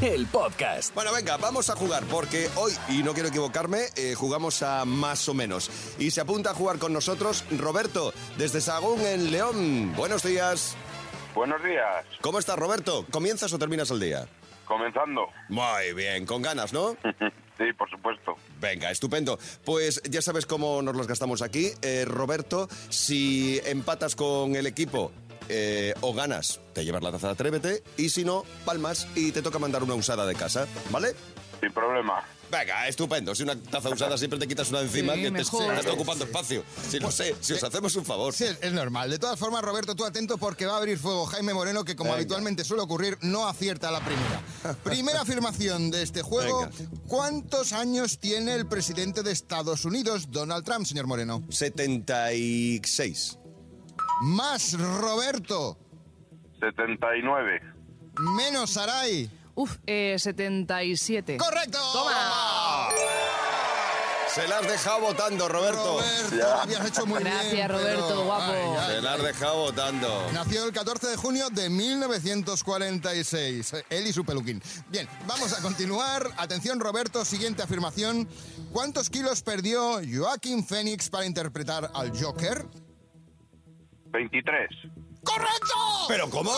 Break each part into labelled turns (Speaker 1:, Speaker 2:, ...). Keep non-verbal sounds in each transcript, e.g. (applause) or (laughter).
Speaker 1: el podcast.
Speaker 2: Bueno, venga, vamos a jugar porque hoy, y no quiero equivocarme, eh, jugamos a más o menos. Y se apunta a jugar con nosotros Roberto, desde Sagún en León. Buenos días.
Speaker 3: Buenos días.
Speaker 2: ¿Cómo estás, Roberto? ¿Comienzas o terminas el día?
Speaker 3: Comenzando. (laughs)
Speaker 2: Muy bien, con ganas, ¿no?
Speaker 3: Sí, por supuesto.
Speaker 2: Venga, estupendo. Pues ya sabes cómo nos los gastamos aquí. Eh, Roberto, si empatas con el equipo eh, o ganas, te llevas la taza de Atrévete. Y si no, palmas y te toca mandar una usada de casa, ¿vale?
Speaker 3: Sin problema.
Speaker 2: Venga, estupendo. Si una taza usada siempre te quitas una de encima
Speaker 4: Sí,
Speaker 2: que te,
Speaker 4: mejor.
Speaker 2: te está
Speaker 4: Sí,
Speaker 2: ocupando
Speaker 4: sí.
Speaker 2: espacio. Si no sé, si os hacemos un favor.
Speaker 4: Sí, es normal. De todas formas, Roberto, tú atento porque va a abrir fuego Jaime Moreno, que como
Speaker 2: Venga.
Speaker 4: habitualmente suele ocurrir, no acierta la
Speaker 2: (laughs)
Speaker 4: primera. Primera afirmación de este juego.
Speaker 2: Venga.
Speaker 4: ¿Cuántos años tiene el presidente de Estados Unidos, Donald Trump, señor Moreno?
Speaker 2: 76.
Speaker 4: Más Roberto,
Speaker 3: 79.
Speaker 4: menos Sarai.
Speaker 5: Uf, eh, 77.
Speaker 4: ¡Correcto!
Speaker 5: ¡Toma!
Speaker 2: Se las has dejado votando, Roberto.
Speaker 4: Roberto,
Speaker 3: Ya.
Speaker 4: lo habías hecho muy
Speaker 5: Gracias,
Speaker 4: bien. pero-
Speaker 5: Roberto, guapo.
Speaker 2: Se las has dejado votando.
Speaker 4: Nació el 14 de junio de 1946. Él y su peluquín. Bien, vamos a continuar. Atención, Roberto, siguiente afirmación. ¿Cuántos kilos perdió Joaquín Phoenix para interpretar al Joker?
Speaker 3: 23.
Speaker 4: ¡Correcto!
Speaker 2: ¿Pero cómo?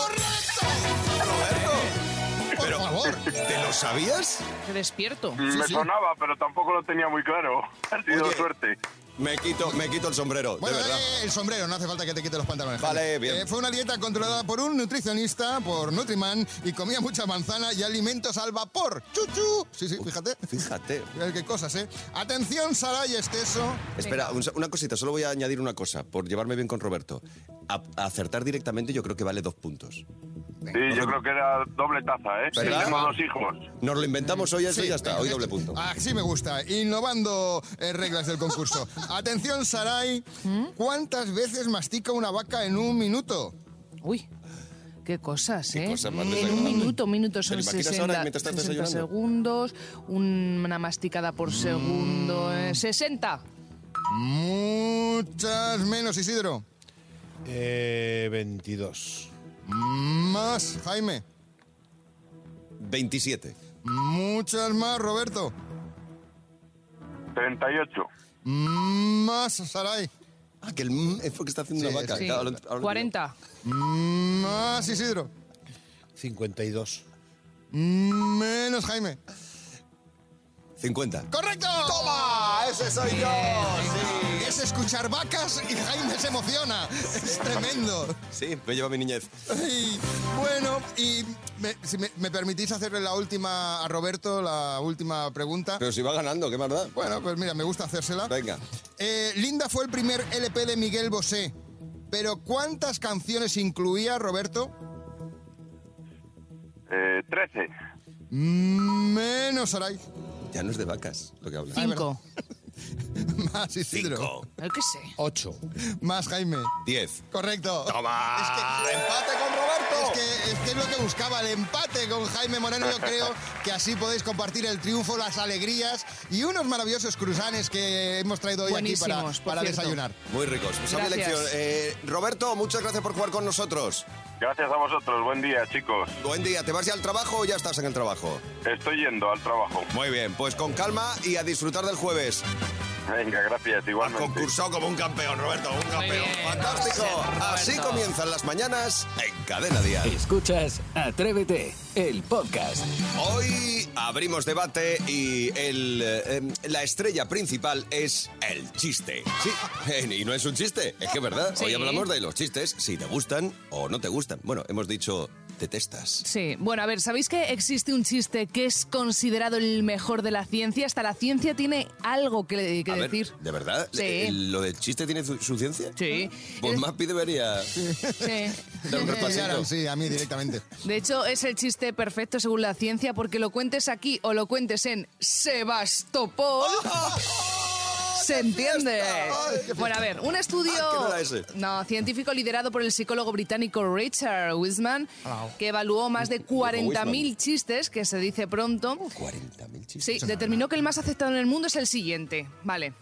Speaker 2: ¡Roberto!
Speaker 4: Por
Speaker 2: Pero-
Speaker 4: favor.
Speaker 2: ¿Te lo sabías?
Speaker 5: Te despierto.
Speaker 4: Sí,
Speaker 3: Me
Speaker 4: sí.
Speaker 3: sonaba, pero tampoco lo tenía muy claro. (laughs) Ha sido
Speaker 2: Oye.
Speaker 3: suerte.
Speaker 2: Me quito, me quito el sombrero,
Speaker 4: Bueno,
Speaker 2: de verdad.
Speaker 4: eh, el sombrero, no hace falta que te quite los pantalones. Jaime.
Speaker 2: Vale, bien.
Speaker 4: fue una dieta controlada por un nutricionista, por Nutriman, y comía mucha manzana y alimentos al vapor. ¡Chuchu! Sí, sí, fíjate.
Speaker 2: Fíjate.
Speaker 4: Fíjate qué cosas, ¿eh? Atención, Saray Esteso.
Speaker 2: Espera, un- una cosita, solo voy a añadir una cosa, por llevarme bien con Roberto. A- acertar directamente yo creo que vale dos puntos.
Speaker 3: Sí, yo creo que era doble taza, ¿eh?
Speaker 2: ¿Verdad?
Speaker 3: Tenemos dos hijos.
Speaker 2: Nos lo inventamos
Speaker 4: Mm.
Speaker 2: hoy eso y ya está, hoy doble punto.
Speaker 4: Así Ah, me gusta, innovando eh, reglas
Speaker 2: (laughs)
Speaker 4: del concurso. Atención, Saray, ¿cuántas veces mastica una vaca en un minuto?
Speaker 5: Uy, qué cosas,
Speaker 2: Qué
Speaker 5: ¿eh?
Speaker 2: cosas más
Speaker 5: en un
Speaker 2: desagradables.
Speaker 5: minuto, un minuto
Speaker 2: ¿Te lo
Speaker 5: son
Speaker 2: imaginas
Speaker 5: 60,
Speaker 2: ahora mientras estás
Speaker 5: 60
Speaker 2: desayunando? Mm.
Speaker 5: segundos, un- una masticada por segundo. eh, 60.
Speaker 4: Muchas menos, Isidro.
Speaker 6: Eh, 22.
Speaker 4: Más, Jaime.
Speaker 2: 27.
Speaker 4: Muchas más, Roberto.
Speaker 3: 38.
Speaker 4: Más, Saray.
Speaker 2: Ah, que el mm es porque está haciendo
Speaker 4: Sí,
Speaker 2: una vaca.
Speaker 5: Sí.
Speaker 2: Claro, ahora- Ah, ahora-
Speaker 5: 40.
Speaker 4: Más, Isidro.
Speaker 6: 52.
Speaker 4: Menos, Jaime.
Speaker 2: 50.
Speaker 4: ¡Correcto!
Speaker 2: ¡Toma! ¡Ese soy yo! Sí.
Speaker 4: Es escuchar vacas y Jaime se emociona. Es tremendo.
Speaker 2: Sí, me lleva mi niñez.
Speaker 4: Ay, bueno, y me- si me, me permitís hacerle la última a Roberto, la última pregunta.
Speaker 2: Pero si va ganando, qué maldad.
Speaker 4: Bueno, pues mira, me gusta hacérsela.
Speaker 2: Venga.
Speaker 4: Eh, Linda fue el primer LP de Miguel Bosé, pero ¿cuántas canciones incluía Roberto?
Speaker 3: Eh, 13.
Speaker 4: Menos Aray. (laughs)
Speaker 2: Ya no es de vacas lo que habla.
Speaker 4: Ay,
Speaker 5: 5.
Speaker 4: Más Isidro.
Speaker 5: Yo qué sé.
Speaker 6: 8.
Speaker 4: Más Jaime.
Speaker 2: 10.
Speaker 4: Correcto.
Speaker 2: ¡Toma!
Speaker 4: Es que-
Speaker 2: ¡Empate con Roberto!
Speaker 4: Es que, es que es lo que buscaba, el empate con Jaime Moreno. Yo creo que así podéis compartir el triunfo, las alegrías y unos maravillosos cruzanes que hemos traído hoy
Speaker 5: Buenísimos,
Speaker 4: aquí
Speaker 5: por
Speaker 4: para, para
Speaker 5: cierto.
Speaker 4: desayunar.
Speaker 2: Muy ricos. Pues sabia
Speaker 5: Gracias.
Speaker 2: lección. Eh, Roberto, muchas gracias por jugar con nosotros.
Speaker 3: Gracias a vosotros. Buen día, chicos.
Speaker 2: Buen día. ¿Te vas ya al trabajo o ya estás en el trabajo?
Speaker 3: Estoy yendo al trabajo.
Speaker 2: Muy bien, pues con calma y a disfrutar del jueves.
Speaker 3: Venga, gracias.
Speaker 2: Has
Speaker 3: Igualmente.
Speaker 2: concursado como un campeón, Roberto. Un campeón.
Speaker 5: bien.
Speaker 2: Fantástico.
Speaker 5: Vamos, Roberto.
Speaker 2: Así comienzan las mañanas en Cadena Dial.
Speaker 1: Escuchas Atrévete, el podcast.
Speaker 2: Hoy abrimos debate y el, eh, em, la estrella principal es el chiste. Sí, (laughs) eh, y no es un chiste, es que es verdad. Hoy
Speaker 5: Sí.
Speaker 2: hablamos de los chistes, si te gustan o no te gustan. Bueno, hemos dicho detestas.
Speaker 5: Sí, bueno, a ver, ¿sabéis que existe un chiste que es considerado el mejor de la ciencia? Hasta la ciencia tiene algo que, que
Speaker 2: A ver,
Speaker 5: decir.
Speaker 2: ¿de verdad?
Speaker 5: Sí.
Speaker 2: Eh, ¿Lo del chiste tiene su, su ciencia?
Speaker 5: Sí.
Speaker 2: Pues
Speaker 5: Es-
Speaker 2: más pide
Speaker 5: (laughs)
Speaker 2: vería (laughs)
Speaker 5: sí.
Speaker 2: dar un repasito.
Speaker 4: Pillaron, Eh, sí, a
Speaker 2: (laughs)
Speaker 4: mí directamente.
Speaker 5: De hecho, es el chiste perfecto según la ciencia porque lo cuentes aquí o lo cuentes en Sebastopol. se entiende.
Speaker 2: ¡Oh, Ay, qué
Speaker 5: Bueno, a ver, un estudio
Speaker 2: Ah, que no era ese.
Speaker 5: no, científico liderado por el psicólogo británico Richard Wiseman,
Speaker 4: Bravo.
Speaker 5: que evaluó más de 40.000 chistes, que se dice pronto.
Speaker 2: 40.000 chistes.
Speaker 5: Sí, determinó que el más aceptado en el mundo es el siguiente. Vale.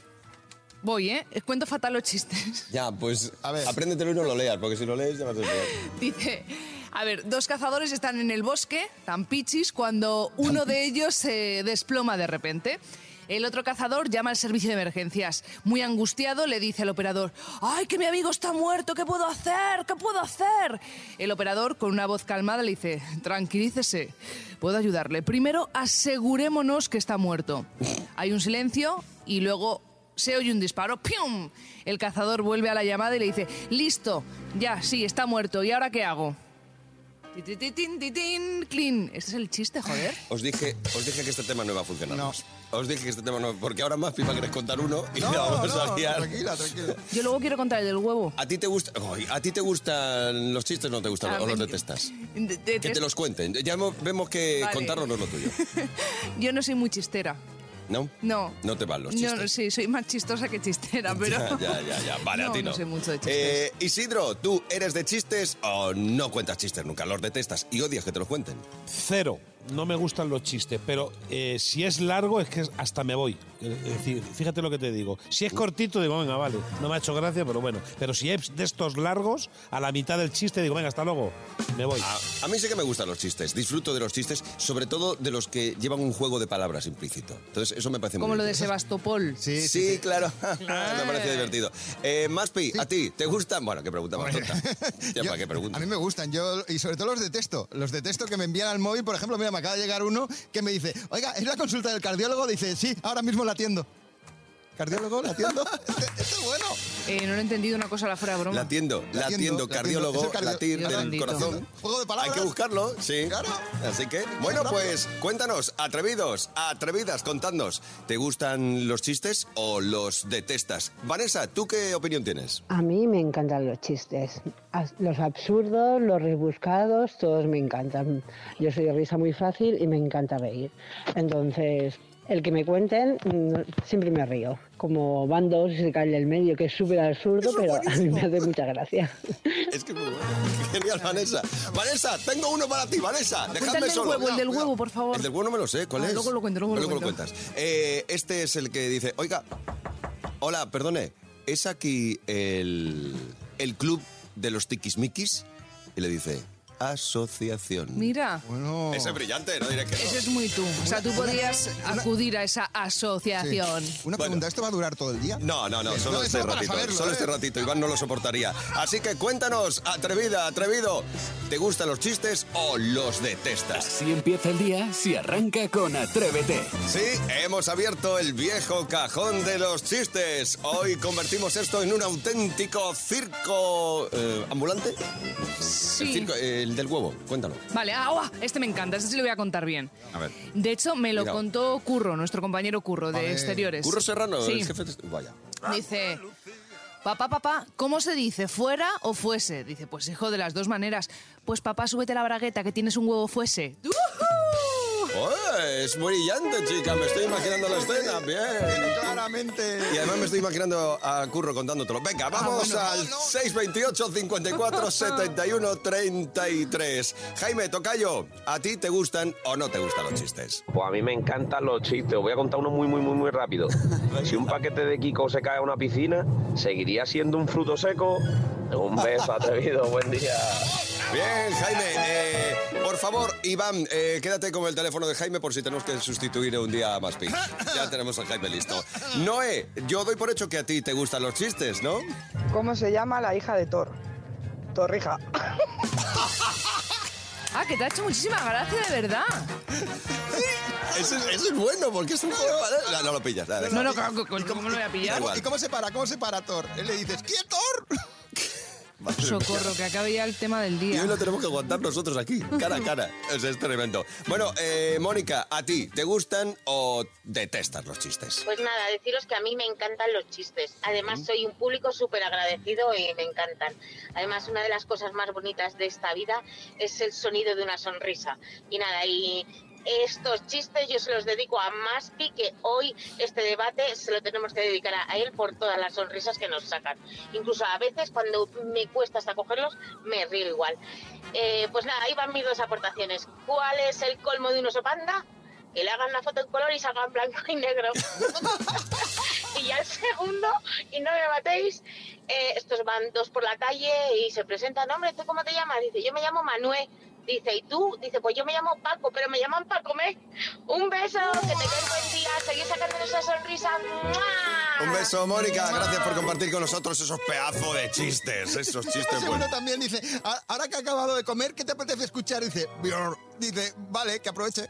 Speaker 5: Voy, ¿eh? Cuento fatal los chistes.
Speaker 2: Ya, pues
Speaker 4: A ver.
Speaker 2: apréndetelo y no lo leas, porque si lo lees ya vas a ser
Speaker 5: (laughs) Dice, a ver, dos cazadores están en el bosque, tan pichis, cuando uno de ellos se desploma de repente. El otro cazador llama al servicio de emergencias. Muy angustiado le dice al operador, ¡ay, que mi amigo está muerto! ¿Qué puedo hacer? ¿Qué puedo hacer? El operador, con una voz calmada, le dice, tranquilícese, puedo ayudarle. Primero asegurémonos que está muerto. Hay un silencio y luego se oye un disparo, ¡pium! El cazador vuelve a la llamada y le dice, listo, ya, sí, está muerto, ¿y ahora qué hago? Titititín, titín, clean. Este es el chiste, joder.
Speaker 2: Os dije, os dije que este tema no iba a funcionar.
Speaker 4: No.
Speaker 2: más. Os dije que este tema no, porque ahora más pipa querés contar uno y la
Speaker 4: No,
Speaker 2: vamos
Speaker 4: no,
Speaker 2: a liar.
Speaker 4: tranquila, tranquila.
Speaker 5: Yo luego quiero contar el del huevo.
Speaker 2: ¿A ti te gusta, ay, a ti te gustan los chistes o no te gustan
Speaker 5: Ah,
Speaker 2: o los
Speaker 5: me-
Speaker 2: detestas?
Speaker 5: (laughs) De- de-
Speaker 2: Que te los cuenten. Ya hemos- vemos que
Speaker 5: Vale.
Speaker 2: contarlo no es lo tuyo.
Speaker 5: Yo no soy muy chistera.
Speaker 2: ¿No?
Speaker 5: (laughs) No.
Speaker 2: No te van los
Speaker 5: No,
Speaker 2: chistes.
Speaker 5: No, sí, soy más chistosa que chistera, pero...
Speaker 2: (laughs) Ya, ya, ya, ya. Vale,
Speaker 5: no,
Speaker 2: a ti no.
Speaker 5: No sé mucho de chistes.
Speaker 2: Eh, Isidro, ¿tú eres de chistes o no cuentas chistes nunca? Los detestas y odias que te los cuenten.
Speaker 6: Cero. No me gustan los chistes, pero eh, si es largo es que hasta me voy. Es decir, fíjate lo que te digo. Si es cortito, digo, venga, vale. No me ha hecho gracia, pero bueno. Pero si es de estos largos, a la mitad del chiste digo, venga, hasta luego. Me voy.
Speaker 2: A, a mí sí que me gustan los chistes. Disfruto de los chistes, sobre todo de los que llevan un juego de palabras implícito. Entonces, eso me parece muy
Speaker 5: (laughs) Como lo de
Speaker 2: bien.
Speaker 5: Sebastopol.
Speaker 4: Sí, sí, Ah.
Speaker 2: Sí, claro.
Speaker 4: (laughs)
Speaker 2: me parece divertido. Eh, Maspi, ¿a ti te gustan? Bueno, qué pregunta más tonta.
Speaker 4: (laughs)
Speaker 2: Ya,
Speaker 4: Yo-
Speaker 2: ¿para qué pregunta?
Speaker 4: A mí me gustan, yo y sobre todo los detesto. Los detesto que me envían al móvil, por ejemplo, mira, me acaba de llegar uno que me dice, oiga, es la consulta del cardiólogo, dice, sí, ahora mismo la atiendo. ¿Cardiólogo? ¿La atiendo? (laughs) Este- este es bueno.
Speaker 5: Eh, no lo he entendido una cosa a la fuera de broma.
Speaker 2: La atiendo, la atiendo,
Speaker 4: Latiendo,
Speaker 2: cardiólogo,
Speaker 4: latiendo. Es el cardio-
Speaker 2: latir
Speaker 5: Dios
Speaker 2: del
Speaker 5: bendito.
Speaker 2: corazón.
Speaker 4: Juego de palabras.
Speaker 2: Hay que buscarlo, sí.
Speaker 4: Claro.
Speaker 2: Así que, bueno,
Speaker 4: rápido.
Speaker 2: pues cuéntanos, atrevidos, atrevidas, contadnos, ¿te gustan los chistes o los detestas? Vanessa, ¿tú qué opinión tienes?
Speaker 7: A mí me encantan los chistes, As- los absurdos, los rebuscados, todos me encantan. Yo soy de risa muy fácil y me encanta reír. Entonces, el que me cuenten, mm, siempre me río. Como van dos y se cae el del medio, que es súper absurdo, pero (laughs) a mí me hace mucha gracia.
Speaker 2: Es que es muy bueno. (laughs) Genial, Vanessa. Vanessa, tengo uno para ti, Vanessa.
Speaker 5: Cuéntale
Speaker 2: Dejadme
Speaker 5: el
Speaker 2: solo.
Speaker 5: huevo, el del huevo, por favor.
Speaker 2: El del huevo no me lo sé, ¿cuál
Speaker 5: Ah,
Speaker 2: es?
Speaker 5: luego lo cuento, luego lo cuento.
Speaker 2: cuentas. Eh, este es el que dice, oiga, hola, perdone, ¿es aquí el, el club de los tiquismiquis? Y le dice, asociación.
Speaker 5: Mira.
Speaker 4: Bueno.
Speaker 2: Ese es brillante, no diré que no.
Speaker 5: Eso es muy tú. O sea, tú podías acudir a esa
Speaker 4: Sí.
Speaker 5: asociación.
Speaker 4: Una pregunta, ¿esto va a durar todo el día?
Speaker 2: No, no, no, solo
Speaker 4: No,
Speaker 2: este
Speaker 4: eso para
Speaker 2: ratito.
Speaker 4: saberlo,
Speaker 2: solo
Speaker 4: ¿eh?
Speaker 2: este ratito, Iván no lo soportaría. Así que cuéntanos, atrevida, atrevido, ¿te gustan los chistes o los detestas?
Speaker 1: Así empieza el día si arranca con Atrévete.
Speaker 2: Sí, hemos abierto el viejo cajón de los chistes. Hoy convertimos esto en un auténtico circo eh, ambulante. El,
Speaker 5: Sí.
Speaker 2: circo, eh, el del huevo, cuéntalo.
Speaker 5: Vale, ah, ¡guau! este me encanta, este sí lo voy a contar bien.
Speaker 2: A ver.
Speaker 5: De hecho, me lo
Speaker 2: Mira.
Speaker 5: contó Curro, nuestro compañero Curro, de exteriores.
Speaker 2: Curro Serrano,
Speaker 5: Sí.
Speaker 2: el jefe de... Vaya.
Speaker 5: Dice, papá, papá, ¿cómo se dice? ¿Fuera o fuese? Dice, pues hijo, de las dos maneras. Pues papá, súbete la bragueta, que tienes un huevo fuese. ¡Ujú!
Speaker 2: ¡Oh, es brillante, chica. Me estoy imaginando la escena. Bien.
Speaker 4: Claramente.
Speaker 2: Y además me estoy imaginando a Curro contándotelo. Venga, vamos
Speaker 4: Ah, bueno.
Speaker 2: al
Speaker 4: No, no.
Speaker 2: 628 54 71 33. Jaime Tocayo, ¿a ti te gustan o no te gustan los chistes?
Speaker 8: Pues a mí me encantan los chistes. Os voy a contar uno muy, muy, muy, muy rápido. Si un paquete de Kiko se cae a una piscina, ¿seguiría siendo un fruto seco? Un beso atrevido, buen día.
Speaker 2: Bien, Jaime. eh, por favor, Iván, eh, quédate con el teléfono de Jaime por si tenemos que sustituir un día a Maspi. Ya tenemos a Jaime listo. Noé, yo doy por hecho que a ti te gustan los chistes, ¿no?
Speaker 9: ¿Cómo se llama la hija de Thor? Torrija.
Speaker 5: Ah, que te ha hecho muchísima gracia, de verdad.
Speaker 2: Eso es, eso es bueno, porque es un juego de palabras. No, no lo pillas. nada, nada.
Speaker 5: No, no, claro, ¿cómo cómo me lo voy a
Speaker 2: Da
Speaker 5: pillar?
Speaker 2: igual.
Speaker 4: ¿Y cómo se para? ¿Cómo se para Thor? Él le dices, ¿quién Thor?
Speaker 2: Madre mía.
Speaker 5: Socorro, que acabe ya el tema del
Speaker 2: Y
Speaker 5: día.
Speaker 2: hoy lo tenemos que aguantar nosotros aquí, cara a cara. Eso es tremendo. Bueno, eh, Mónica, ¿a ti te gustan o detestas los chistes?
Speaker 10: Pues nada, deciros que a mí me encantan los chistes. Además, soy un público súper agradecido y me encantan. Además, una de las cosas más bonitas de esta vida es el sonido de una sonrisa. Y nada, y estos chistes yo se los dedico a Maspi, que hoy este debate se lo tenemos que dedicar a a él por todas las sonrisas que nos sacan. Incluso a veces cuando me cuesta hasta cogerlos, me río igual. Eh, pues nada, ahí van mis dos aportaciones. ¿Cuál es el colmo de un oso panda? Que le hagan una foto en color y salga en blanco y negro. (laughs) y al segundo, y no me matéis, eh, estos van dos por la calle y se presentan, hombre, ¿tú cómo te llamas? Dice, yo me llamo Manuel. Dice, ¿y tú? Dice, pues yo me llamo Paco, pero me llaman Paco Me. Un beso, que te quede buen día, seguí sacando esa sonrisa. ¡Mua!
Speaker 2: Un beso, Mónica. Gracias por compartir con nosotros esos pedazos de chistes. Esos
Speaker 4: (laughs)
Speaker 2: chistes
Speaker 4: Ese uno
Speaker 2: buenos.
Speaker 4: también dice, "A- ahora que ha acabado de comer, ¿qué te apetece escuchar? Dice, Bior. Dice, vale,
Speaker 2: (laughs)
Speaker 4: que aproveche.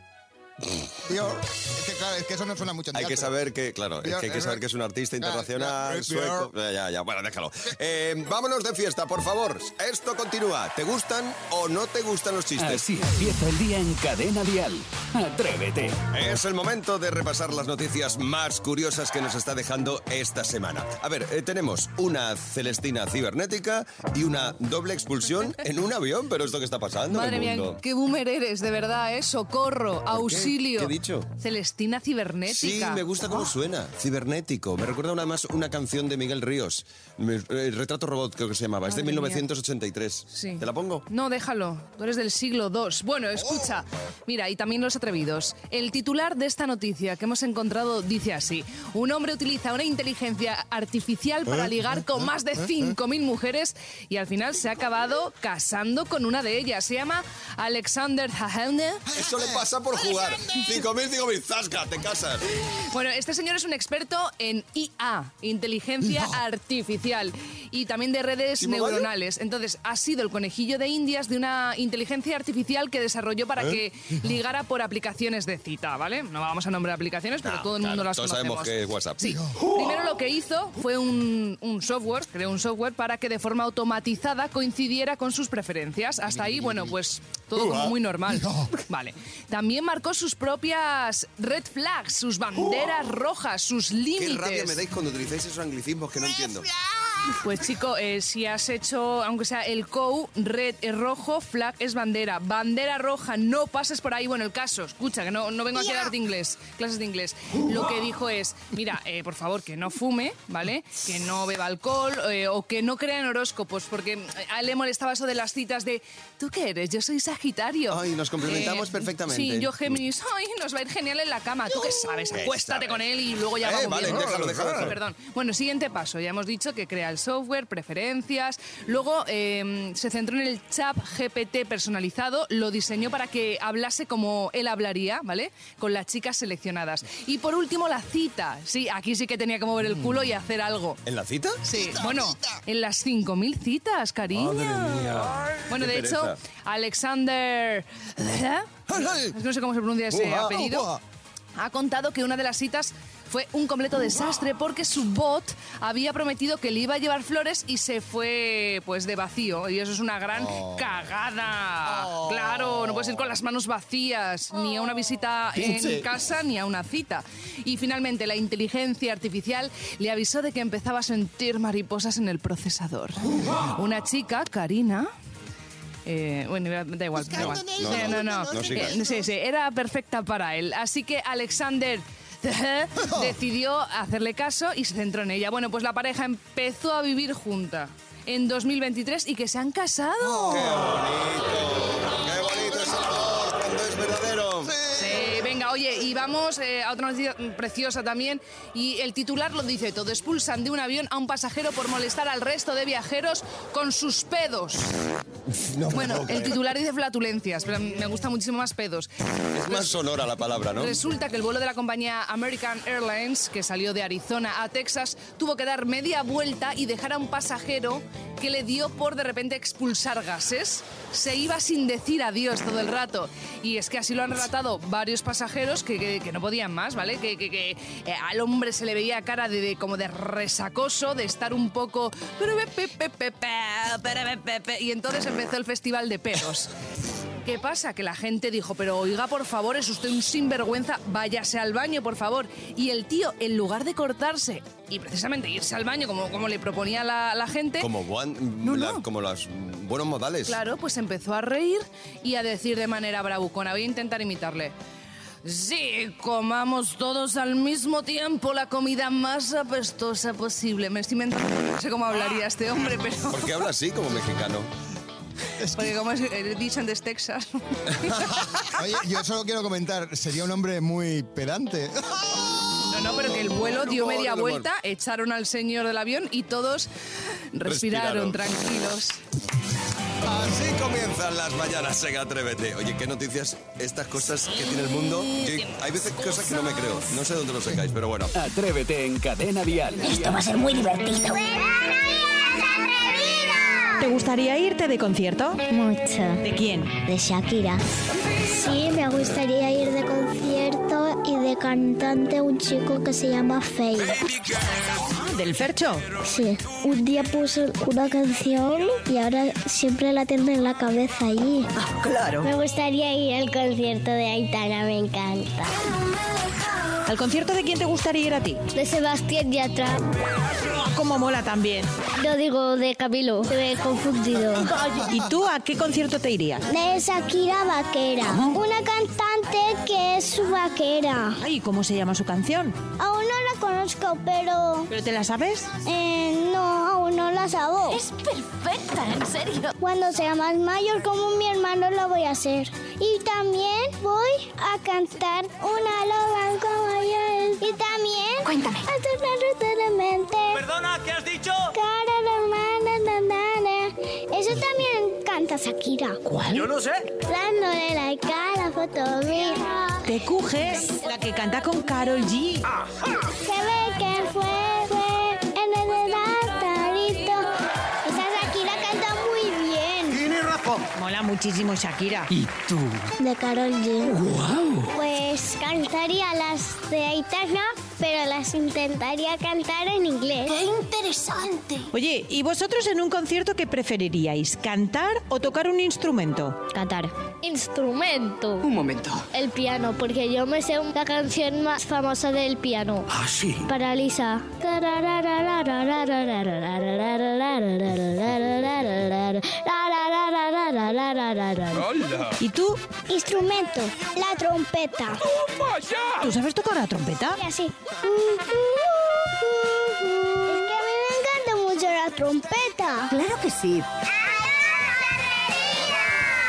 Speaker 4: Bior. Es que claro, es que eso no suena mucho. en
Speaker 2: Hay que
Speaker 4: teatro.
Speaker 2: saber que, claro, es que hay que saber que es un artista internacional, sueco. Ya, ya, ya, bueno, déjalo. Eh, vámonos de fiesta, por favor. Esto continúa. ¿Te gustan o no te gustan los chistes?
Speaker 1: Así empieza el día en Cadena Dial. Atrévete.
Speaker 2: Es el momento de repasar las noticias más curiosas que nos está dejando esta semana. A ver, eh, tenemos una Celestina cibernética y una doble expulsión en un avión, pero esto que está pasando
Speaker 5: Madre
Speaker 2: en el
Speaker 5: mía,
Speaker 2: mundo.
Speaker 5: qué boomer eres, de verdad, ¿eh? Socorro, auxilio.
Speaker 2: ¿Qué he dicho?
Speaker 5: Celestina
Speaker 2: Sí,
Speaker 5: cibernética. ¡Ah!
Speaker 2: me gusta cómo suena, cibernético. Me recuerda además una canción de Miguel Ríos, Me- eh, Retrato Robot creo que se llamaba, es de
Speaker 5: Madre mía.
Speaker 2: 1983.
Speaker 5: Sí.
Speaker 2: ¿Te la pongo?
Speaker 5: No, déjalo. Tú eres del siglo II. Bueno, escucha. Mira, y también los atrevidos. El titular de esta noticia que hemos encontrado dice así. Un hombre utiliza una inteligencia
Speaker 2: Eh,
Speaker 5: artificial para ligar con más de 5.000 mujeres y al final se ha acabado casando con una de ellas. Se llama Alexander Zahende.
Speaker 2: Eso le pasa por jugar. 5.000, 5.000, zasca, te casas.
Speaker 5: Bueno, este señor es un experto en IA, inteligencia artificial, y también de redes
Speaker 2: ¿Timo Gallo?
Speaker 5: neuronales. Entonces, ha sido el conejillo de indias de una inteligencia artificial que desarrolló para
Speaker 2: ¿Eh?
Speaker 5: que ligara por aplicaciones de cita, ¿vale? No vamos a nombrar aplicaciones, pero
Speaker 2: No,
Speaker 5: todo el
Speaker 2: claro,
Speaker 5: mundo las
Speaker 2: todos
Speaker 5: conocemos.
Speaker 2: sabemos que es WhatsApp.
Speaker 5: Sí. Primero lo que hizo fue un, un software, creó un software para que de forma automatizada coincidiera con sus preferencias. Hasta ahí, bueno, pues todo como muy normal. Vale. También marcó sus propias red flags, sus banderas rojas, sus
Speaker 2: Qué rabia me
Speaker 5: límites.
Speaker 2: dais cuando utilizáis esos anglicismos que no entiendo.
Speaker 5: Pues chico, eh, si has hecho, aunque sea el COU, red es rojo, flag es bandera. Bandera roja, no pases por ahí. Bueno, el caso, escucha, que no, no vengo a hacer de inglés, clases de inglés. Lo que dijo es, mira, eh, por favor, que no fume, ¿vale? Que no beba alcohol eh, o que no crea en horóscopos, porque eh, a él le molestaba eso de las citas de, ¿tú qué eres? Yo soy Sagitario. Eh,
Speaker 2: Ay, nos complementamos perfectamente.
Speaker 5: Sí, yo Géminis, ay, nos va a ir genial en la cama. ¿Tú qué sabes?
Speaker 2: ¿Qué
Speaker 5: Acuéstate
Speaker 2: sabes?
Speaker 5: con él y luego ya
Speaker 2: Eh,
Speaker 5: vamos
Speaker 2: vale,
Speaker 5: viendo.
Speaker 2: déjalo, déjalo, déjalo.
Speaker 5: Perdón. Bueno, siguiente paso. Ya hemos dicho que crea el software, preferencias. Luego eh, se centró en el chat GPT personalizado. Lo diseñó para que hablase como él hablaría, ¿vale? Con las chicas seleccionadas. Y por último, la cita. Sí, aquí sí que tenía que mover el culo y hacer algo.
Speaker 2: ¿En la Mm. cita?
Speaker 5: Sí, bueno, en las 5.000 citas, cariño. Bueno,
Speaker 2: Qué
Speaker 5: de hecho,
Speaker 2: pereza.
Speaker 5: Alexander... ¿eh? Es que no sé cómo se pronuncia ese
Speaker 2: Ujá,
Speaker 5: apellido.
Speaker 2: ujá.
Speaker 5: Ha contado que una de las citas fue un completo desastre porque su bot había prometido que le iba a llevar flores y se fue pues de vacío. Y eso es una gran cagada. Claro, no puedes ir con las manos vacías ni a una visita en casa ni a una cita. Y finalmente la inteligencia artificial le avisó de que empezaba a sentir mariposas en el procesador. Una chica, Karina, eh, bueno, da igual. Da igual.
Speaker 2: No, no,
Speaker 5: no, no,
Speaker 2: no sigas.
Speaker 5: Eh, sí, sí, era perfecta para él. Así que Alexander (laughs) decidió hacerle caso y se centró en ella. Bueno, pues la pareja empezó a vivir junta en 2023 y que se han casado.
Speaker 2: ¡Qué bonito es el amor cuando es verdadero!
Speaker 5: Sí, venga, oye, y vamos eh, a otra noticia preciosa también. Y el titular lo dice todo. Expulsan de un avión a un pasajero por molestar al resto de viajeros con sus pedos. bueno, el titular dice flatulencias, pero me gusta muchísimo más pedos.
Speaker 2: Es más sonora la palabra, ¿no?
Speaker 5: Resulta que el vuelo de la compañía American Airlines, que salió de Arizona a Texas, tuvo que dar media vuelta y dejar a un pasajero que le dio por de repente expulsar gases. Se iba sin decir adiós todo el rato. Y es que así lo han relatado varios pasajeros que, que- que no podían más, ¿vale? Que, que- que, eh, al hombre se le veía cara de, de- como de resacoso, de estar un poco... Y entonces empezó el festival de pedos. ¿Qué pasa? Que la gente dijo, pero oiga, por favor, es usted un sinvergüenza, váyase al baño, por favor. Y el tío, en lugar de cortarse y precisamente irse al baño, como, como le proponía la, la gente,
Speaker 2: Como, buan-
Speaker 5: No,
Speaker 2: la-
Speaker 5: no.
Speaker 2: como los buenos modales.
Speaker 5: claro, pues empezó a reír y a decir de manera bravucona, voy a intentar imitarle. Sí, comamos todos al mismo tiempo la comida más apestosa posible. Me estoy inventando, no sé cómo hablaría este hombre, pero...
Speaker 2: ¿Por qué habla así como mexicano?
Speaker 5: Porque como es, eh, dicen desde Texas.
Speaker 4: Oye, yo solo quiero comentar, sería un hombre muy pedante. (laughs)
Speaker 5: No, no, pero que el vuelo
Speaker 2: El
Speaker 5: dio
Speaker 2: humor,
Speaker 5: media
Speaker 2: el humor.
Speaker 5: vuelta, echaron al señor del avión y todos
Speaker 2: Respiraron.
Speaker 5: respiraron, tranquilos.
Speaker 2: Así comienzan las mañanas en Atrévete. Oye, qué noticias, estas cosas que tiene el mundo. Yo- hay veces cosas que no me creo. No sé dónde lo sacáis, pero bueno.
Speaker 1: Atrévete en Cadena Dial.
Speaker 11: Esto va a ser muy divertido.
Speaker 12: ¿Te gustaría irte de concierto?
Speaker 11: Mucho.
Speaker 12: ¿De quién?
Speaker 11: De Shakira. Sí, me gustaría ir de concierto y de cantante un chico que se llama Faye.
Speaker 12: ¿Del Fercho?
Speaker 11: Sí, un día puso una canción y ahora siempre la tengo en la cabeza allí.
Speaker 12: Ah, Claro.
Speaker 11: Me gustaría ir al concierto de Aitana, me encanta.
Speaker 12: ¿Al concierto de quién te gustaría ir a ti?
Speaker 11: De Sebastián Yatra.
Speaker 12: Como mola también.
Speaker 11: No digo de Camilo, se me he confundido.
Speaker 12: ¿Y tú a qué concierto te irías?
Speaker 11: De Shakira Vaquera. Una cantante que es vaquera.
Speaker 12: Ay, ¿cómo se llama su canción?
Speaker 11: Aún no la conozco, pero...
Speaker 12: ¿Pero te la sabes?
Speaker 11: eh, no, aún no la sabo.
Speaker 13: Es perfecta, en serio.
Speaker 11: Cuando sea más mayor como mi hermano lo voy a hacer. Y también voy a cantar una loba como yo. Y también...
Speaker 13: Cuéntame.
Speaker 11: A tornarlo totalmente.
Speaker 14: Perdona, ¿qué has dicho?
Speaker 11: Cara de hermana, na, na, na. Eso también canta Shakira.
Speaker 14: Yo no sé.
Speaker 11: Ah, Dándole like a la foto mía.
Speaker 12: Te cuges, la que canta con Carol G.
Speaker 11: Se ve que fue, fue en el altarito. Esa Shakira canta muy bien.
Speaker 14: Tiene razón.
Speaker 12: Mola muchísimo Shakira.
Speaker 11: De Carol G. Pues cantaría las de Aitana, pero las intentaría cantar en inglés. ¡Qué interesante!
Speaker 12: Oye, ¿y vosotros en un concierto qué preferiríais? ¿Cantar o tocar un instrumento?
Speaker 11: Cantar. Instrumento.
Speaker 13: Un momento.
Speaker 5: Eh,
Speaker 11: El piano, porque yo me sé la canción más famosa del piano.
Speaker 13: Ah, sí.
Speaker 11: Para Lisa.
Speaker 12: ¿Y tú?
Speaker 11: Instrumento, la trompeta.
Speaker 12: ¿Tú sabes tocar la trompeta?
Speaker 11: Y así. Es que a mí me encanta mucho la trompeta.
Speaker 13: Claro que sí.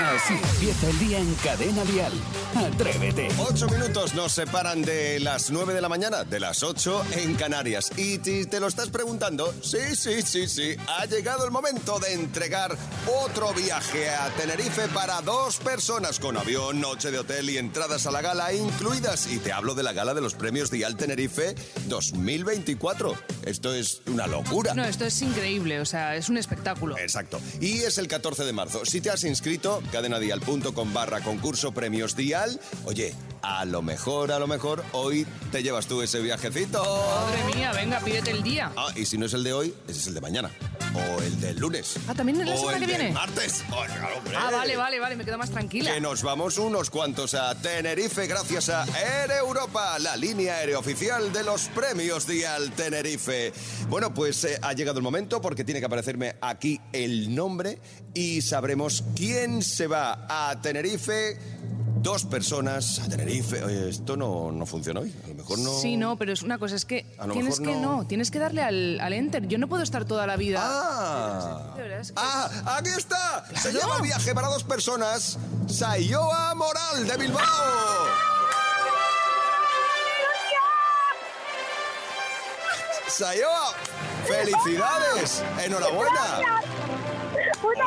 Speaker 1: Así empieza el día en Cadena Dial. Atrévete.
Speaker 2: Ocho minutos nos separan de las nueve de la mañana, de las ocho en Canarias. Y si te lo estás preguntando, sí, sí, sí, sí, ha llegado el momento de entregar otro viaje a Tenerife para dos personas con avión, noche de hotel y entradas a la gala incluidas. Y te hablo de la gala de los premios Dial Tenerife 2024. Esto es una locura.
Speaker 5: No, esto es increíble, o sea, es un espectáculo.
Speaker 2: Exacto. Y es el 14 de marzo. Si te has inscrito, cadenadial.com barra concurso premios dial. Oye, a lo mejor, a lo mejor, hoy te llevas tú ese viajecito.
Speaker 5: Madre mía, venga, pídete el día.
Speaker 2: Ah, y si no es el de hoy, ese es el de mañana. O el del lunes.
Speaker 5: Ah, ¿también es la
Speaker 2: O
Speaker 5: semana
Speaker 2: el
Speaker 5: que
Speaker 2: del
Speaker 5: viene?
Speaker 2: martes. Oh, claro, hombre.
Speaker 5: Ah, vale, vale, vale, me quedo más tranquila.
Speaker 2: Que nos vamos unos cuantos a Tenerife gracias a Air Europa, la línea aérea oficial de los premios Dial Tenerife. Bueno, pues eh, ha llegado el momento porque tiene que aparecerme aquí el nombre y sabremos quién se va a Tenerife. Dos personas a Tenerife. Oye, esto no, no funciona hoy. A lo mejor no.
Speaker 5: Sí, no, pero es una cosa, es que
Speaker 2: A lo
Speaker 5: tienes
Speaker 2: mejor
Speaker 5: que
Speaker 2: no.
Speaker 5: no. tienes que darle al, al enter. Yo no puedo estar toda la vida.
Speaker 2: Ah,
Speaker 5: De verdad es que-
Speaker 2: ah, aquí está. Se
Speaker 5: Claro.
Speaker 2: llama Viaje para dos personas. Sayoa Moral de Bilbao. Sayoa, felicidades, enhorabuena. Oye,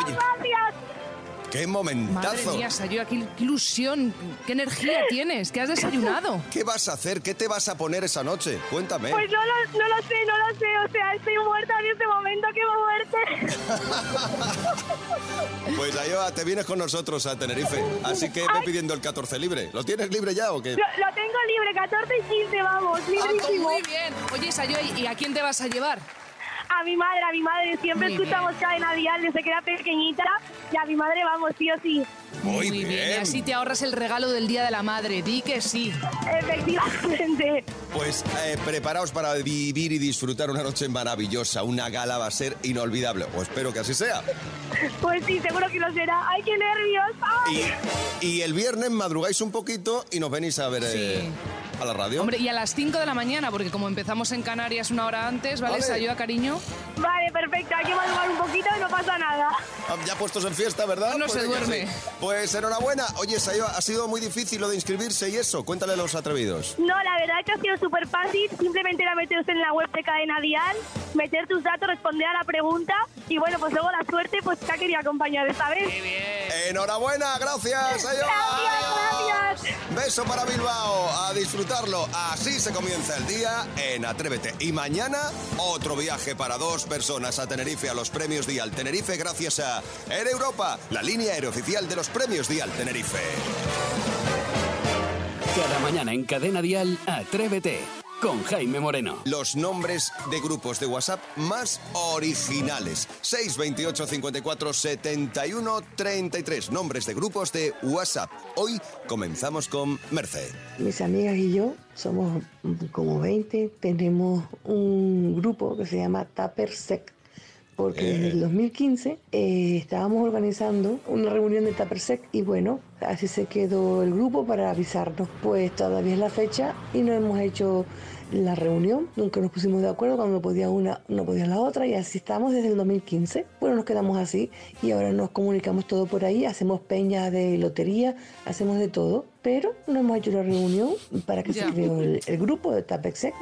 Speaker 2: Qué
Speaker 5: Madre
Speaker 2: momentazo.
Speaker 5: mía, Sayo, qué ilusión, qué energía tienes, que
Speaker 13: (laughs)
Speaker 5: has desayunado. Ah,
Speaker 2: ¿Qué vas a hacer? ¿Qué te vas a poner esa noche? Cuéntame.
Speaker 15: Pues no lo, no lo sé, no lo sé. O sea, estoy muerta en este momento, qué muerte.
Speaker 2: Pues Sayoa, te vienes con nosotros a Tenerife. Así que ve pidiendo el 14 libre. ¿Lo tienes libre ya o qué?
Speaker 15: Lo, (laughs) lo tengo libre, 14 y 15, vamos, librísimo.
Speaker 5: Muy bien. Oye, Sayo, ¿y a quién te vas a llevar?
Speaker 15: A mi madre, a mi madre, siempre
Speaker 5: Muy
Speaker 15: escuchamos cadena dial desde que era pequeñita. Y a mi madre, vamos, sí o sí.
Speaker 2: Muy bien.
Speaker 5: y así te ahorras el regalo del Día de la Madre. Di que sí.
Speaker 15: Efectivamente.
Speaker 2: Pues eh, preparaos para vivir y disfrutar una noche maravillosa. Una gala va a ser inolvidable. O espero que así sea.
Speaker 15: Pues sí, seguro que lo será. ¡Ay, qué nervios! ¡Ay!
Speaker 2: Y el viernes madrugáis un poquito y nos venís a ver eh, a la radio.
Speaker 5: Hombre, y a las 5 de la mañana, porque como empezamos en Canarias una hora antes, ¿vale?
Speaker 2: Vale.
Speaker 5: Se ayuda, cariño.
Speaker 15: Vale, perfecto. Hay que madrugar un poquito y no pasa nada.
Speaker 2: Ah, Ya puestos en fiesta, ¿verdad?
Speaker 15: No se
Speaker 2: venga,
Speaker 15: duerme.
Speaker 2: sí. Pues enhorabuena. Oye, Sayo, ha sido muy difícil lo de inscribirse y eso. Cuéntale a los atrevidos.
Speaker 15: No, la verdad es que ha sido súper fácil. Simplemente era meteros en la web de Cadena Dial, meter tus datos, responder a la pregunta y bueno, pues luego la suerte pues te ha querido acompañar esta vez.
Speaker 2: Enhorabuena, gracias, Sayo.
Speaker 15: Gracias, gracias.
Speaker 2: Beso para Bilbao, a disfrutarlo. Así se comienza el día en Atrévete. Y mañana, otro viaje para dos personas a Tenerife, a los premios Dial Tenerife, gracias a Air Europa, la línea aérea oficial de los premios Dial Tenerife.
Speaker 1: Cada mañana en Cadena Dial, Atrévete con Jaime Moreno.
Speaker 2: Los nombres de grupos de WhatsApp más originales. 628 54 71 33. Nombres de grupos de WhatsApp. Hoy comenzamos con Merce.
Speaker 16: Mis amigas y yo somos mm, como 20, tenemos un grupo que se llama Tupper Sec, porque desde el 2015 eh, estábamos organizando una reunión de Tupper Sec y bueno, así se quedó el grupo para avisarnos. Pues todavía es la fecha y no hemos hecho la reunión, nunca nos pusimos de acuerdo cuando podía una, no podía la otra y así estamos desde el 2015. Bueno, nos quedamos así y ahora nos comunicamos todo por ahí, hacemos peñas de lotería, hacemos de todo, pero no hemos hecho la reunión para que se
Speaker 2: Ya.
Speaker 16: creó el, el grupo de Tapexec.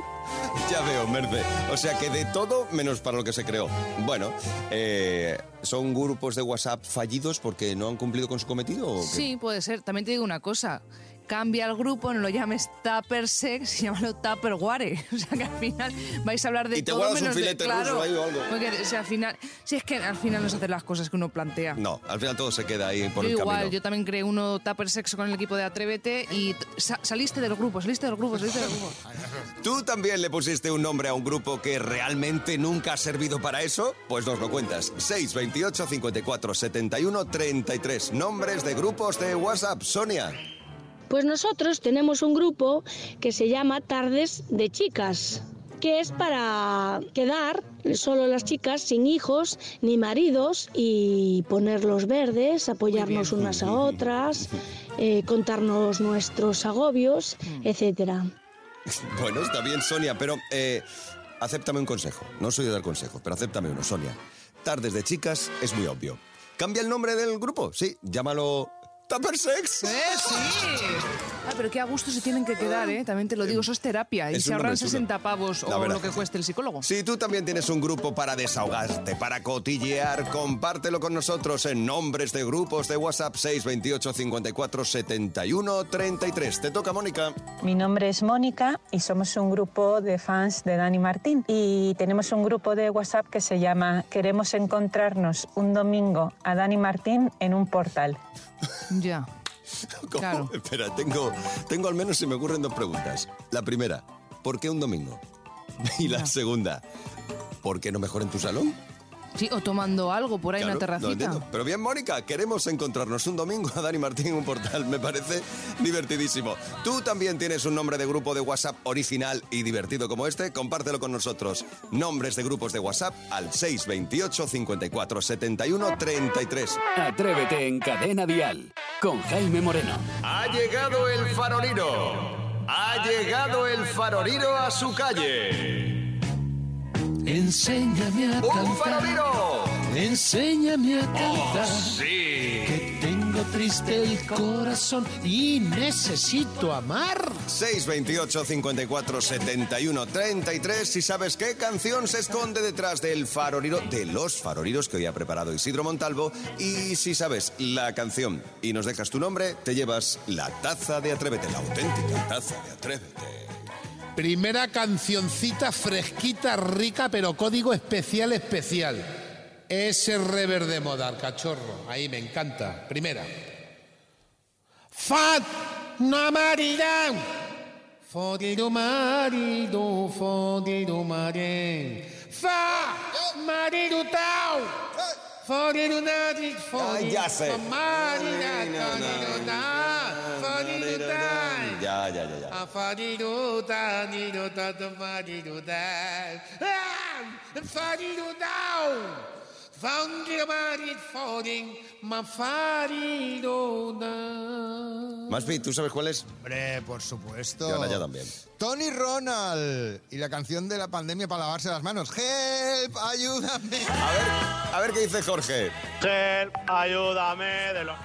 Speaker 2: Ya veo, Merce. O sea que de todo menos para lo que se creó. Bueno, eh, ¿son grupos de WhatsApp fallidos porque no han cumplido con su cometido? o qué?
Speaker 5: Sí, puede ser. También te digo una cosa. Cambia el grupo, no lo llames Tupper Sex, (laughs) llámalo Tupperware. (laughs) O sea que al final vais a hablar de
Speaker 2: Y te
Speaker 5: todo
Speaker 2: guardas un
Speaker 5: menos de
Speaker 2: filete
Speaker 5: claro.
Speaker 2: ruso ahí o algo.
Speaker 5: Porque, o sea, al final, si es que al final no se hacen las cosas que uno plantea.
Speaker 2: No, al final todo se queda ahí por
Speaker 5: yo
Speaker 2: el
Speaker 5: igual,
Speaker 2: camino.
Speaker 5: yo también creé uno Tupper Sex con el equipo de Atrévete y t- sa- saliste del grupo, saliste del grupo, saliste del grupo.
Speaker 2: ¿Tú también le pusiste un nombre a un grupo que realmente nunca ha servido para eso? Pues nos lo cuentas. 628 54 71 33. Nombres de grupos de WhatsApp. Sonia.
Speaker 17: Pues nosotros tenemos un grupo que se llama Tardes de Chicas, que es para quedar solo las chicas sin hijos ni maridos y ponerlos verdes, apoyarnos unas a otras, eh, contarnos nuestros agobios, etcétera.
Speaker 2: Bueno, está bien, Sonia, pero eh, acéptame un consejo. No soy de dar consejos, pero acéptame uno, Sonia. Tardes de chicas es muy obvio. Cambia el nombre del grupo, sí, llámalo Tupper Sex.
Speaker 5: Ah, pero qué a gusto se tienen que quedar, ¿eh? También te lo digo, eso es terapia. Y
Speaker 2: es
Speaker 5: se
Speaker 2: un
Speaker 5: ahorran
Speaker 2: nombre chulo.
Speaker 5: 60 pavos
Speaker 2: La
Speaker 5: o
Speaker 2: verdad.
Speaker 5: lo que cueste el psicólogo.
Speaker 2: Si tú también tienes un grupo para desahogarte, para cotillear, compártelo con nosotros en nombres de grupos de WhatsApp 628 54 71 33. Te toca, Mónica.
Speaker 18: Mi nombre es Mónica y somos un grupo de fans de Dani Martín. Y tenemos un grupo de WhatsApp que se llama Queremos encontrarnos un domingo a Dani Martín en un portal.
Speaker 5: Ya.
Speaker 2: ¿Cómo? (laughs) Espera, tengo, tengo al menos se me ocurren dos preguntas. La primera, ¿por qué un domingo? (laughs) Y la segunda, ¿por qué no mejor en tu salón?
Speaker 5: Sí, o tomando algo por ahí en una
Speaker 2: Claro, lo
Speaker 5: terracita.
Speaker 2: entiendo. Pero bien, Mónica, queremos encontrarnos un domingo a Dani Martín en un portal. Me parece divertidísimo. Tú también tienes un nombre de grupo de WhatsApp original y divertido como este. Compártelo con nosotros. Nombres de grupos de WhatsApp al 628 54 71 33.
Speaker 1: Atrévete en Cadena Dial con Jaime Moreno.
Speaker 2: Ha llegado el farolino. Ha llegado el farolino a su calle.
Speaker 19: Enséñame a cantar. Enséñame a
Speaker 12: Oh,
Speaker 19: cantar. Que tengo triste el corazón y necesito amar.
Speaker 2: 628 54 71 33 Si sabes qué canción se esconde detrás del faroliro De los faroliros que hoy ha preparado Isidro Montalvo Y si sabes la canción y nos dejas tu nombre Te llevas la taza de Atrévete La auténtica taza de Atrévete
Speaker 19: Primera cancioncita fresquita, rica, pero código especial, especial. Ese rever de moda, cachorro. Ahí me encanta. Primera. Fat no marida. Fodido marido, fodido mare. Fa marido tau. Fodido nadi, fodido
Speaker 2: ya sé.
Speaker 19: marida, fodido na, fodido tai.
Speaker 2: Ya, ya, ya, ya.
Speaker 19: Afariruta, niruta, tofariruta. Ah! Farirutao. Foundry falling, mafariruna.
Speaker 2: Maspi, ¿tú sabes cuál es?
Speaker 4: Hombre, por supuesto.
Speaker 2: Y ahora ya también.
Speaker 4: Tony Ronald y la canción de la pandemia para lavarse las manos. Help, ayúdame.
Speaker 2: A ver, a ver qué dice Jorge.
Speaker 20: Help, ayúdame de los...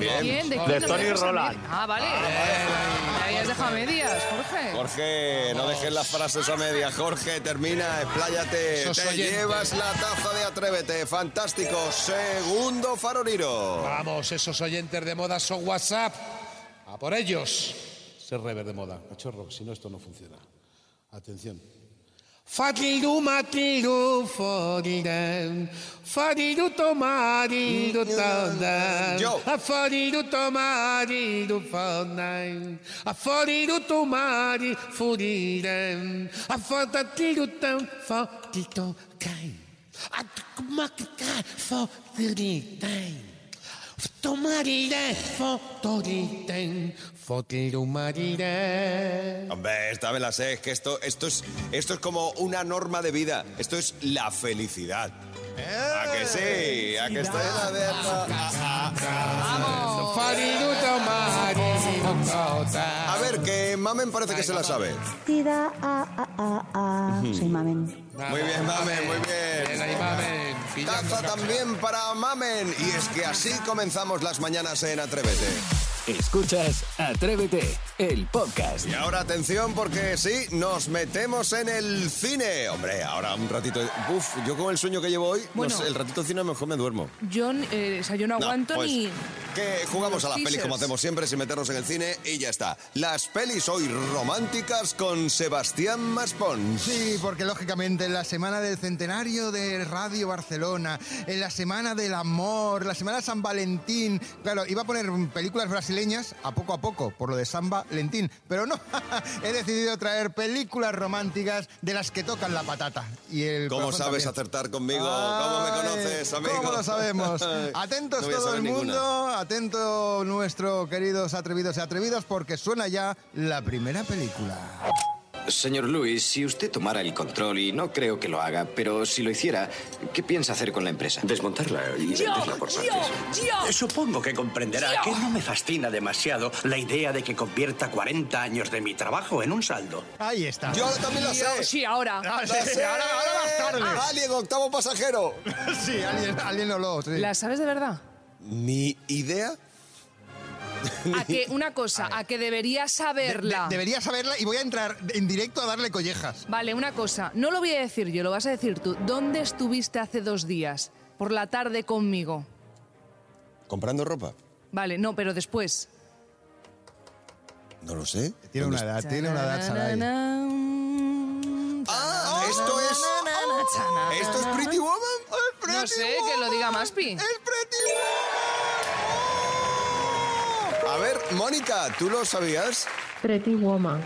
Speaker 2: Bien.
Speaker 5: ¿Quién? ¿De
Speaker 20: De
Speaker 5: quién? No me
Speaker 20: Tony
Speaker 5: dejas a
Speaker 20: Roland.
Speaker 5: mí. Ah, vale. Me habías dejado a medias, Jorge.
Speaker 2: Jorge, no dejes las frases a media. Jorge, termina, expláyate.
Speaker 19: Sos
Speaker 2: Te
Speaker 19: oyente.
Speaker 2: llevas la taza de Atrévete. Fantástico. Segundo faroliro.
Speaker 19: Vamos, esos oyentes de moda son WhatsApp. A por ellos. Ser rever de moda. Cachorro, si no, esto no funciona. Atención. Fatiru matiru forirem, fariru tomariru tondem,
Speaker 2: Yo.
Speaker 19: a fariru tomariru fonem, a fariru tomari furirem, a fatatiru tam fatito kai, a tukumakikai fotiritai. Tomariré, fotoriten, fotirumariré.
Speaker 2: Hombre, esta me la sé. Es que esto, esto, es, esto es como una norma de vida. Esto es la felicidad. ¿A que sí? ¿A que estoy en la de...
Speaker 19: Fariru tomari fotota.
Speaker 2: A ver, que Mamen parece que se la sabe.
Speaker 21: Tira, ah, ah, ah, ah. Soy Mamen.
Speaker 2: Muy bien, Mamen, muy bien. Taza también para Mamen. Y es que así comenzamos las mañanas en Atrévete.
Speaker 1: Escuchas Atrévete, el podcast.
Speaker 2: Y ahora atención porque sí, nos metemos en el cine. Hombre, ahora un ratito... Uf, yo con el sueño que llevo hoy, no
Speaker 5: Bueno.
Speaker 2: sé, el ratito de cine mejor me duermo.
Speaker 5: Yo, eh, o sea, yo no
Speaker 2: No,
Speaker 5: aguanto
Speaker 2: pues,
Speaker 5: ni...
Speaker 2: Que jugamos a las
Speaker 5: Los
Speaker 2: pelis como
Speaker 5: teasers.
Speaker 2: hacemos siempre, sin meternos en el cine y ya está. Las pelis hoy románticas con Sebastián Maspons.
Speaker 4: Sí, porque lógicamente en la semana del centenario de Radio Barcelona, en la semana del amor, la semana de San Valentín, claro, iba a poner películas brasileñas a poco a poco por lo de San Valentín, pero no, (laughs) he decidido traer películas románticas de las que tocan la patata. Y el
Speaker 2: ¿Cómo
Speaker 4: corazón
Speaker 2: sabes
Speaker 4: también.
Speaker 2: acertar conmigo? ¿Cómo me
Speaker 4: Ay,
Speaker 2: conoces, amigo?
Speaker 4: ¿Cómo
Speaker 2: (laughs)
Speaker 4: lo sabemos? Atentos
Speaker 2: No voy a
Speaker 4: todo
Speaker 2: saber
Speaker 4: el mundo,
Speaker 2: ninguna.
Speaker 4: atento nuestro queridos atrevidos y atrevidas, porque suena ya la primera película.
Speaker 22: Señor Luis, si usted tomara el control, y no creo que lo haga, pero si lo hiciera, ¿qué piensa hacer con la empresa? Desmontarla y
Speaker 23: Yo, venderla e por yo, partes. yo.
Speaker 22: Supongo que comprenderá
Speaker 23: que no me fascina demasiado la idea de que convierta 40 años de mi trabajo en un saldo.
Speaker 4: Ahí está.
Speaker 2: Yo también la sé. Ah,
Speaker 5: Sí, ahora.
Speaker 2: La sé. Alien, octavo pasajero.
Speaker 4: (laughs) sí, alguien, alguien lo lo.
Speaker 5: ¿La sabes de verdad?
Speaker 2: Ni idea.
Speaker 5: A que,
Speaker 2: (laughs)
Speaker 5: una cosa, a, que deberías saberla.
Speaker 4: De- debería saberla y voy a entrar en directo a darle collejas.
Speaker 5: Vale, una cosa, no lo voy a decir yo, lo vas a decir tú. ¿Dónde estuviste hace dos días? Por la tarde conmigo.
Speaker 2: ¿Comprando ropa?
Speaker 5: Vale, no, pero después.
Speaker 2: No lo sé.
Speaker 4: Tiene una edad, tiene una edad, Saray.
Speaker 2: Ah, esto es... Oh, ¿Esto es Pretty Woman?
Speaker 5: No sé, que lo diga Maspi.
Speaker 2: A ver, Mónica, ¿tú lo sabías? Ah.
Speaker 24: Pretty Woman.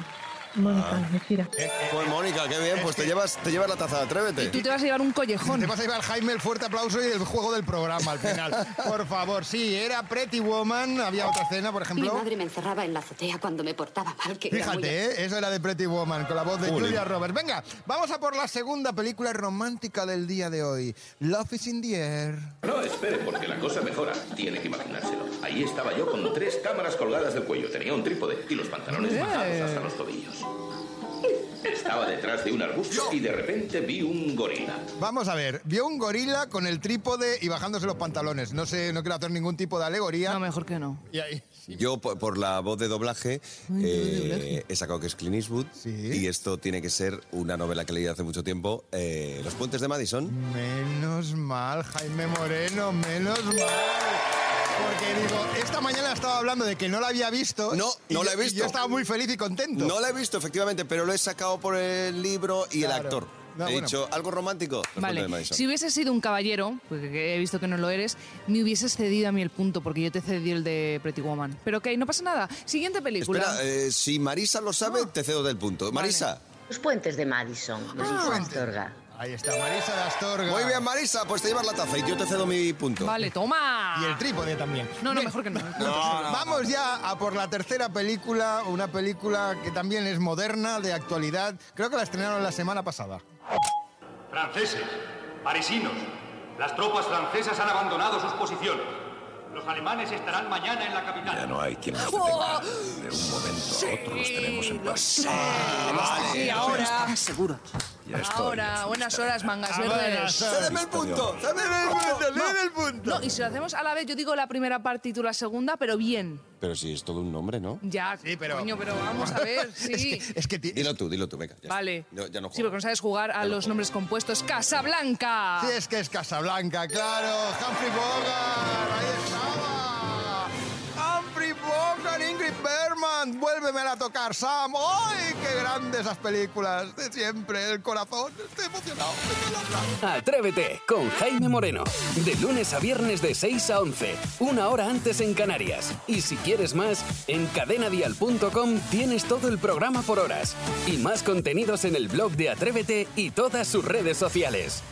Speaker 24: Mónica, mentira.
Speaker 2: Pues Mónica, qué bien, pues te llevas, te llevas la taza de Atrévete.
Speaker 5: Este. Tú te vas a llevar un collejón.
Speaker 4: Te vas a llevar, Jaime, el fuerte aplauso y el juego del programa
Speaker 25: (laughs)
Speaker 4: al final. Por favor, sí, era Pretty Woman, había otra escena, por
Speaker 25: Mi
Speaker 4: ejemplo.
Speaker 25: madre me encerraba en la azotea cuando me portaba mal. Que era muy-
Speaker 4: Fíjate, ¿eh? eso era de Pretty Woman, con la voz de
Speaker 25: Jolín.
Speaker 4: Julia Roberts. Venga, vamos a por la segunda película romántica del día de hoy. Love is in the air.
Speaker 26: No, espere, porque la cosa mejora. Tiene que imaginárselo. Ahí estaba yo con tres cámaras colgadas del cuello. Tenía un trípode y los pantalones
Speaker 4: Eh.
Speaker 26: bajados hasta los tobillos. Estaba detrás de un arbusto y de repente vi un gorila.
Speaker 4: Vamos a ver, vio un gorila con el trípode y bajándose los pantalones. No sé, no quiero hacer ningún tipo de alegoría. No,
Speaker 5: mejor que no.
Speaker 2: Yo, por, por la voz de doblaje, eh,
Speaker 4: Ay, voz de doblaje.
Speaker 2: he sacado que es Clint Eastwood. Y esto tiene que ser una novela que leí hace mucho tiempo, eh, Los puentes de Madison.
Speaker 4: Menos mal, Jaime Moreno, menos mal. Porque digo, esta mañana estaba hablando de que no la había visto.
Speaker 2: No,
Speaker 4: y
Speaker 2: no la
Speaker 4: yo-
Speaker 2: he
Speaker 4: y
Speaker 2: visto.
Speaker 4: Yo estaba muy feliz y contento.
Speaker 2: No la he visto, efectivamente, pero lo he sacado por el libro y el
Speaker 4: Claro.
Speaker 2: actor.
Speaker 4: No,
Speaker 2: he
Speaker 4: bueno.
Speaker 2: dicho, ¿algo romántico? Los puentes de
Speaker 5: Vale,
Speaker 2: Madison.
Speaker 5: si hubiese sido un caballero, porque que he visto que no lo eres, me hubieses cedido a mí el punto, porque yo te cedí el de Pretty Woman. Pero ok, no pasa nada. Siguiente película.
Speaker 2: Espera, eh, si Marisa lo sabe, te cedo del punto. Marisa.
Speaker 27: Los puentes de Madison, de Luis
Speaker 2: Ah.
Speaker 27: Astorga.
Speaker 4: Ahí está, Marisa de Astorga.
Speaker 2: Muy bien, Marisa, pues te llevas la taza y yo te cedo mi punto.
Speaker 5: Vale, toma.
Speaker 4: Y el trípode también.
Speaker 5: No, no, mejor que no.
Speaker 2: No, no.
Speaker 4: Vamos ya a por la tercera película, una película que también es moderna, de actualidad. Creo que la estrenaron la semana pasada.
Speaker 3: Franceses, parisinos, las tropas francesas han abandonado sus posiciones. Los alemanes estarán mañana en la capital.
Speaker 6: Ya no hay quien nos detenga.
Speaker 5: ¡Oh!
Speaker 6: De un momento a otro los tenemos en paz.
Speaker 5: Y ahora,
Speaker 6: Seguro. Ya estoy.
Speaker 5: ahora, buenas horas, mangas
Speaker 4: Buenas
Speaker 5: verdes.
Speaker 4: horas.
Speaker 2: ¡Cédeme el punto! ¡Cédeme el
Speaker 5: No,
Speaker 2: punto!
Speaker 5: no.
Speaker 2: ¡Cédeme el punto!
Speaker 5: No, y si lo hacemos a la vez, yo digo la primera parte y tú la segunda, pero bien.
Speaker 2: Pero si es todo un nombre, ¿no?
Speaker 5: Ya,
Speaker 4: pero-
Speaker 5: coño, pero vamos a ver, sí.
Speaker 4: Es que, es que ti-
Speaker 2: Dilo tú, dilo tú, venga. ya
Speaker 5: Vale.
Speaker 2: está. No, ya no
Speaker 5: Sí, porque
Speaker 2: juego.
Speaker 5: no sabes jugar a los nombres compuestos. ¡Casablanca!
Speaker 4: Sí, es que es Casablanca, claro. Humphrey Bogart, ahí estaba. Humphrey Bogart, Ingrid Bergman, vuélvemela a tocar, Sam. ¡Ay, qué grandes esas películas! De siempre, el corazón. Estoy emocionado.
Speaker 1: Atrévete con Jaime Moreno. De lunes a viernes de 6 a 11, una hora antes en Canarias. Y si quieres más, en cadenadial.com tienes todo el programa por horas. Y más contenidos en el blog de Atrévete y todas sus redes sociales.